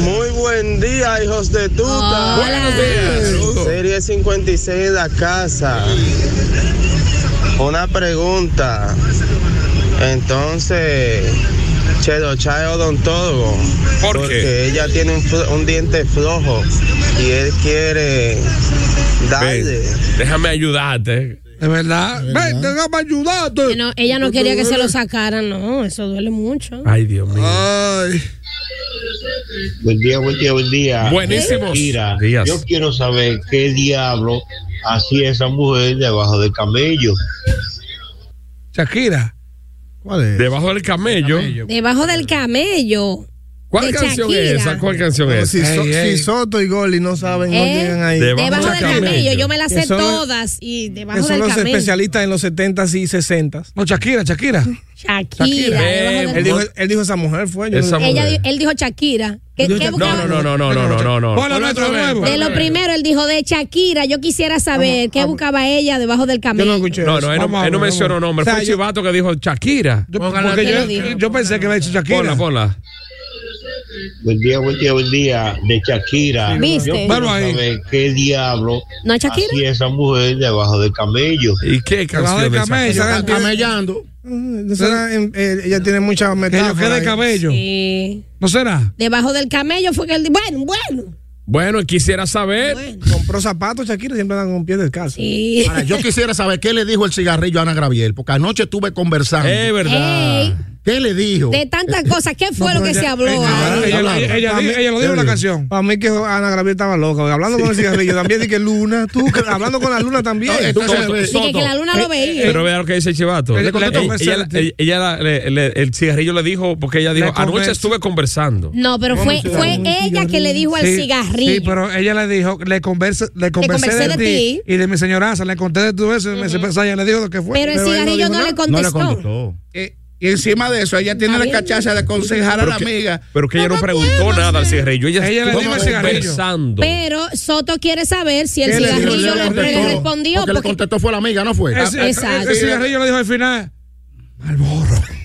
J: Muy buen día, hijos de tuta.
D: Buenos días.
J: Serie 56 de la casa. Una pregunta. Entonces, Chedo Chay odontólogo.
D: ¿Por qué?
J: Porque ella tiene un, fl- un diente flojo y él quiere darle.
D: Déjame ayudarte.
H: Es verdad. Ven, déjame ayudarte.
E: Que no, ella no quería que se lo sacaran, no, eso duele mucho.
D: Ay, Dios mío.
B: Buen día, buen día, buen
H: Ah,
B: día.
D: Buenísimos
B: Mira,
D: días.
B: yo quiero saber qué diablo hacía esa mujer debajo del camello.
H: Shakira.
D: ¿Cuál es? Debajo del camello.
E: Debajo del camello.
D: ¿Cuál
E: de
D: canción
E: Shakira.
D: es esa? ¿Cuál canción
H: Ah,
F: Pero
D: es?
F: Si, So-
D: Ey, ey.
F: si Soto y Goli no saben, no
E: ¿Eh?
F: llegan ahí.
D: Debajo
E: Debajo del camello, yo me las
F: Que
E: sé
F: son-
E: todas y
F: Que
E: debajo
F: son
E: del
F: los
E: camello.
F: especialistas en los 70s y 60s.
H: No, Shakira, Shakira.
E: Shakira. debajo
F: él,
E: del-
F: dijo, él dijo esa mujer fue. yo no-
E: Ella di- él dijo Shakira. ¿Qué, qué
D: No,
E: buscaba?
D: no, no, no, no, no, no, no.
H: Ponla otra vez,
E: De lo primero, él dijo de Shakira. Yo quisiera saber qué buscaba ella debajo del camello.
D: No, no, él no, él no mencionó nombre. Fue
H: O sea,
D: el
H: yo-
D: chivato que dijo Shakira.
H: Yo, porque
E: ¿Quién
H: yo-
E: lo dijo?
H: yo pensé que había hecho Shakira.
D: Ponla, ponla.
B: Buen día, buen día, buen día de Shakira.
E: Sí, ¿Viste?
B: Yo quiero
E: Bueno, ahí.
B: saber qué diablo
E: ¿No es Shakira?
B: hacía esa mujer debajo del camello.
D: ¿Y qué
B: canción es esa?
F: Esa-
L: camellando.
F: Mm, esa- en- eh, ella tiene mucha metáfora.
H: quede
F: ahí.
H: cabello.
E: Sí.
H: ¿No será?
E: Debajo del camello fue que él dijo. Bueno, bueno.
D: Bueno, quisiera saber.
F: Compró zapatos, Shakira siempre andan con pies descalzos.
E: Sí.
L: Ahora, yo quisiera saber qué le dijo el cigarrillo a Ana Graviel, porque anoche estuve conversando.
H: Eh,
D: Es Eh, verdad.
E: Ey.
L: ¿Qué le dijo?
E: De tantas cosas, ¿qué fue lo que se habló? ahí?
H: ella- ella lo dijo en la canción.
F: Para mí que Ana Gabriel estaba loca, hablando con el cigarrillo también, dije Luna, tú que- hablando con la Luna también.
L: Oye, tú
D: Soto,
L: que-
D: Soto.
E: Dije que la luna lo veía.
D: Pero vea lo que dice el chivato.
H: Le- le-
D: Ella-
H: le-
D: ella- ella- ella la- le- le- el cigarrillo le dijo, porque ella dijo,
H: Le conversé.
D: anoche estuve conversando.
E: No, pero fue, fue ella que le dijo al
H: Sí,
E: cigarrillo.
H: Sí, pero ella le dijo, le converse, le conversé, de,
E: conversé de
H: ti y de mi señoranza, le conté de todo eso y me separé, ella le dijo lo que fue.
E: Pero el
H: él
E: cigarrillo
H: dijo
E: no le
H: nada.
E: contestó.
G: Eh, y encima de eso, ella tiene la cachaza de aconsejar a la
D: Pero que-
G: amiga.
D: Pero que ella no preguntó nada al cigarrillo. Ella,
H: Ella le
D: estuvo
H: dijo al cigarrillo.
D: conversando.
E: Pero Soto quiere saber si el
L: ¿Qué le dijo?
E: cigarrillo
L: Ella
E: le,
L: le
E: le
L: contestó.
E: respondió.
L: Porque le
E: Porque,
L: contestó fue la amiga, ¿no fue?
H: El, el-
E: Exacto.
H: el cigarrillo le dijo al final.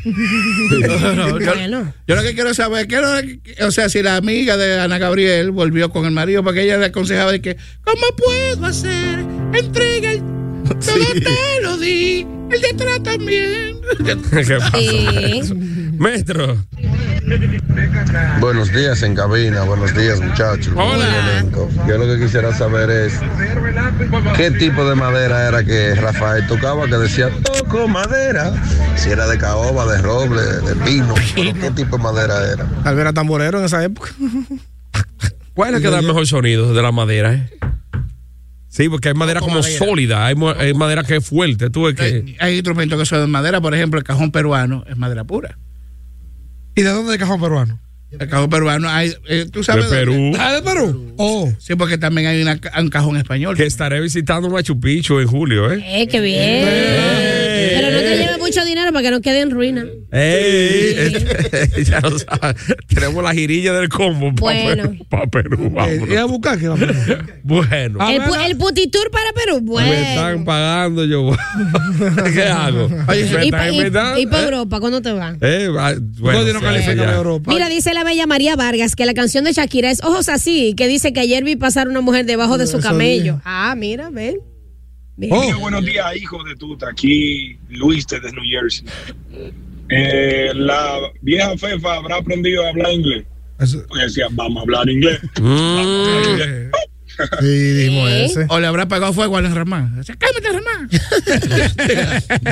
G: No, no, yo, yo lo que quiero saber, quiero, o sea, si la amiga de Ana Gabriel volvió con el marido, porque ella le aconsejaba de que, ¿cómo puedo hacer? Entrega el. Todo te lo di. El de atrás también.
D: ¿Qué pasa?
E: eh, Sí.
D: Maestro.
T: Buenos días en cabina, buenos días muchachos.
D: Hola.
T: Yo lo que quisiera saber es qué tipo de madera era que Rafael tocaba, que decía toco madera, si era de caoba, de roble, de pino, pero qué tipo de madera era.
F: Tal vez era tamborero en esa época.
D: ¿Cuál es que da el mejor sonido de la madera? eh? Sí, porque hay madera como sólida, hay, mu- hay madera que es fuerte. Tú ves que.
G: Hay instrumentos que son de madera, por ejemplo, el cajón peruano es madera pura.
H: ¿Y de dónde es el cajón peruano?
G: El cajón peruano, hay, eh, tú sabes.
D: De Perú.
G: dónde?
H: Ah, de Perú. Oh.
G: Sí, porque también hay una ca- un cajón español.
D: Que estaré visitando Machu Picchu en julio, ¿eh?
E: Eh, qué bien.
L: eh,
E: Pero no te lleves mucho dinero para que no quede en ruina.
D: ¡Ey! este, ya lo sabes. Tenemos la jirilla del combo
E: Bueno.
D: para Perú. vámonos.
H: Y a buscar que la
D: Bueno.
E: El, pu- el putitur para Perú,
D: Me
E: bueno.
D: están pagando yo. ¿Qué hago? me
E: y,
D: están
E: pa- y-
D: invitando.
E: y para Europa, ¿cuándo te vas?
D: Eh, ah, bueno, sí, ya.
E: Mira, dice la bella María Vargas que la canción de Shakira es Ojos así, que dice que ayer vi pasar una mujer debajo de su
U: Eso
E: camello.
U: dije.
E: Ah, mira, ven.
L: Oh.
U: Mira,
D: Oh.
U: buenos días, hijo de tuta. Aquí Luis desde New Jersey. Eh, la vieja Fefa Pues habrá aprendido a hablar inglés. Porque decía, vamos a hablar inglés. Vamos a hablar inglés.
F: Sí, dijimos ese.
G: O le habrá pegado fuego al Ramán. ¡Cámete, Ramán!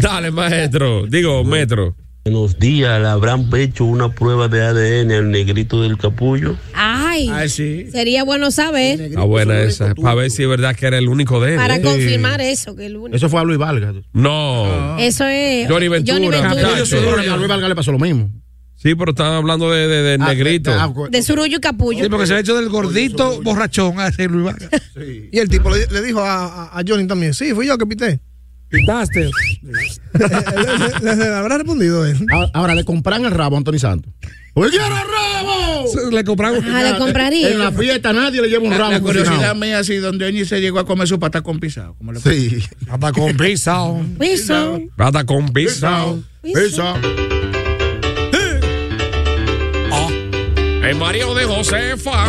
D: Dale, maestro. Digo, metro.
V: Buenos días, le habrán hecho una prueba de ADN al negrito del capullo.
E: Ay,
G: Ay, Ah, sí.
E: sería bueno saber
D: Ah, buena esa. Para ver si es verdad que era el único de él.
E: para
D: ¿eh?
E: confirmar eso, que el único.
L: Eso fue a Luis Valga.
D: No.
E: Eso es
D: Johnny Ventura.
L: Yo soy Luis Valga, a Luis Valga le pasó lo mismo.
D: Sí, pero estaban hablando de, Ah, de- del negrito.
E: de Surullo y Capullo.
H: Sí, porque se ha hecho del gordito borrachón a ese Luis Vargas.
F: Y el tipo le, le dijo a, a- a Johnny también, sí, fui yo que pité.
H: Pitaste.
F: le, le- le habrá respondido él.
L: A- Ahora le compran el rabo a Anthony Santos. ¡Oye, era rabo!
H: Le compraron.
E: Ah, le compraría.
L: En la fiesta nadie le lleva un
G: La,
L: rabo.
G: la curiosidad
L: cocinado.
G: mía es si donde Oñi se llegó a comer su patacón pisado. Como le
L: Sí.
H: Hasta con pizza.
E: Eso.
D: Hasta con pizza.
L: Pizza.
D: El marido de Josefa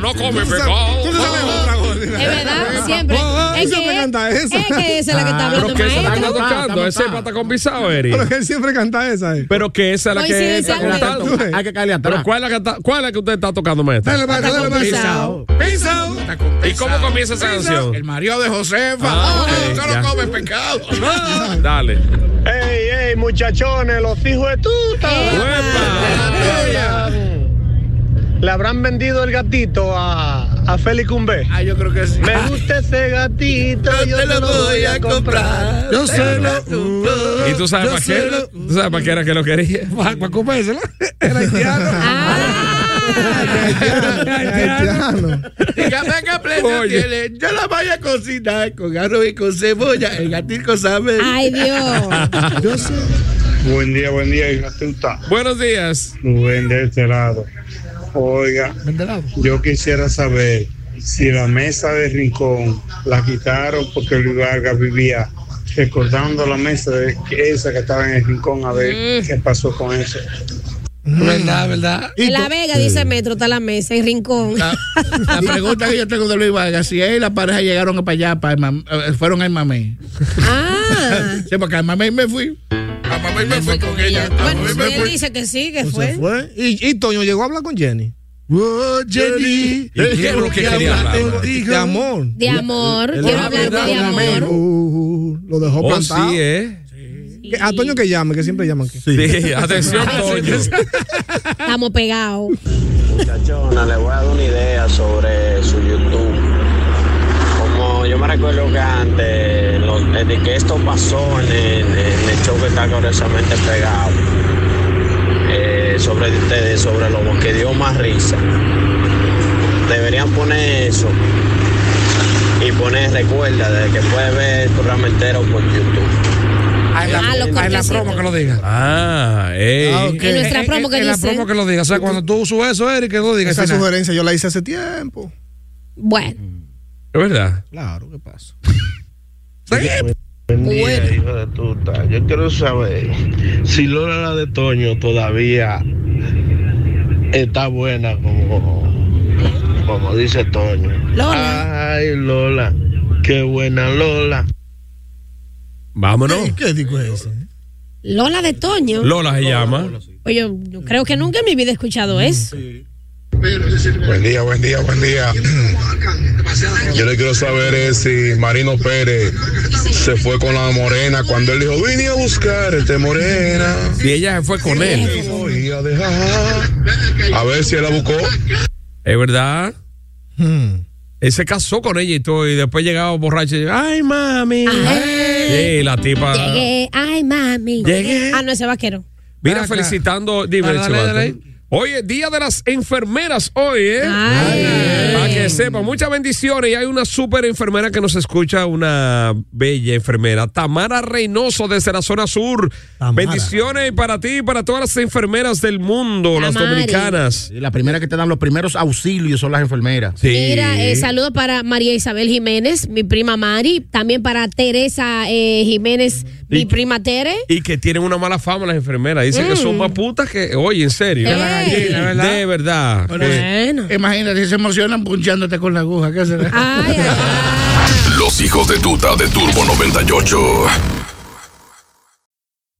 D: no come pecado.
F: oh,
D: Ah.
E: Es verdad, siempre. es, que,
F: siempre canta esa.
E: es que esa es la que está hablando
D: Pero que esa es la que está
E: maestro.
D: tocando. Ese pata con pisado, Eri.
F: Pero que él siempre canta esa. eh.
D: Pero que esa es la que está
E: Coincidencialmente.
D: cantando.
L: Hay que caerle atrás.
D: Pero ¿cuál es la que, está- cuál es la que usted está tocando, maestro?
H: Dale, maestro, dale, maestro.
E: Pisao.
G: Pisao. Patacón
D: ¿Y cómo
G: pisao.
D: comienza esa canción?
G: El marido de Josefa.
D: Ah,
G: No,
D: ok,
G: eso
D: ya.
G: no come pecado.
H: Ah.
D: Dale.
S: Ey, ey, muchachones, los hijos de
H: Eh.
S: tuta.
D: ¡Uepa!
S: Le habrán vendido el gatito a, a Félix Cumbé.
G: Ah, yo creo que sí.
S: Me gusta ese gatito, yo te lo voy a comprar.
H: Yo sé lo.
D: ¿Y tú sabes
H: Yo
D: para
H: sé
D: qué?
H: lo-
D: ¿Tú sabes para qué era que lo quería?
H: Para para comérsela. Era haitiano.
E: Ah.
F: Haitiano.
G: Dígame qué plena
D: Oye.
G: tiene. Yo la voy a cocinar con arroz y con cebolla. El gatito sabe.
E: Ay, Dios.
H: Yo sé.
J: Buen día, buen día, hija tuta.
D: Buenos días.
J: Rubén de este lado. Oiga, yo quisiera saber si la mesa de rincón la quitaron porque Luis Vargas vivía recordando la mesa de esa que estaba en el rincón a ver qué pasó con eso.
H: Verdad, verdad.
E: En La Vega, dice Metro, está la mesa, en Rincón.
G: La, la pregunta que yo tengo de Luis Vargas, si él y la pareja llegaron para allá, para el mam- eh, fueron al mamey.
E: Ah.
G: Sí, porque al mamey me fui. Al mamey me fui con ella. Al
E: Bueno,
G: mamey
E: si
G: me
E: él
G: fui.
E: dice que sí, que
F: Se
E: fue.
F: fue. Y, y Toño llegó a hablar con Jenny. Oh,
H: Jenny.
D: ¿Y qué es lo que quería hablar?
F: De amor.
E: De amor.
F: El-
E: Quiero
F: el-
E: hablar de
F: el-
E: amor.
F: Uh, lo dejó
D: Oh,
F: plantado.
D: sí, ¿eh?
F: Que- A Toño que llame, que siempre llaman aquí.
D: Sí, atención,
H: Ah,
D: Toño.
E: Estamos pegados.
S: Muchachona, le voy a dar una idea sobre su YouTube. Como yo me recuerdo que antes, los- desde que esto pasó en el, en el show que está curiosamente pegado, eh, sobre, de- sobre lo que dio más risa, deberían poner eso y poner recuerda de que puedes ver el programa entero por YouTube.
H: Ah, en la-
E: Ah, lo
H: en la
E: cortecito.
H: promo que lo diga.
D: Ah,
F: Ah,
D: ey.
F: ok.
E: En nuestra
H: Eh,
E: promo que
H: en la
E: dice.
H: promo que lo diga. O sea, cuando tú subes eso, Eric, que lo digas.
F: Esa sugerencia yo la hice hace tiempo.
E: Bueno.
D: Es verdad.
F: Claro, ¿qué pasa?
V: Buen día,
E: Bueno.
V: hijo de tuta. Yo quiero saber si Lola la de Toño todavía está buena como, como dice Toño.
E: Lola.
V: Ay, Lola. Qué buena Lola.
D: Vámonos.
F: ¿Qué digo ese?
E: Lola de Toño.
D: Lola se llama.
E: Oye, yo, yo creo que nunca en mi vida he escuchado eso.
J: Buen día, buen día, buen día. Yo le quiero saber es si Marino Pérez se fue con la morena cuando él dijo, vine a buscar este morena.
D: Y ella se fue con él.
J: Y a dejar. A ver si él la buscó.
D: Es verdad.
H: Hmm.
D: Él se casó con ella y todo. Y después llegaba borracho. Y, Ay, mami.
E: Ay.
D: Sí, la tipa.
E: Llegué, ay mami.
D: Ah. Llegué.
E: Ah, no, ese vaquero.
D: Mira,
H: Acá.
D: felicitando. Dime,
H: Dale, dale,
D: Chivato.
H: dale.
D: Oye, día de las enfermeras hoy, ¿eh?
E: Ay.
D: Para que sepan, muchas bendiciones. Y hay una súper enfermera que nos escucha, una bella enfermera, Tamara Reynoso, desde la zona sur.
F: Tamara.
D: Bendiciones para ti y para todas las enfermeras del mundo, las
E: Tamari.
D: dominicanas.
L: Sí, la primera que te dan los primeros auxilios son las enfermeras.
D: Sí.
E: Mira, eh, saludo para María Isabel Jiménez, mi prima Mari, también para Teresa eh, Jiménez, mi
D: Y-
E: prima Tere.
D: y que tienen una mala fama las enfermeras. Dicen que son más putas que. Oye, en serio.
E: Que la gallina,
H: Mm. ¿verdad?
D: De verdad. Eh,
E: Eh. Bueno.
G: Imagínate, se emocionan punchándote con la aguja. ¿Qué será?
E: Ay, ay, ay.
C: Los hijos de tuta de Turbo 98.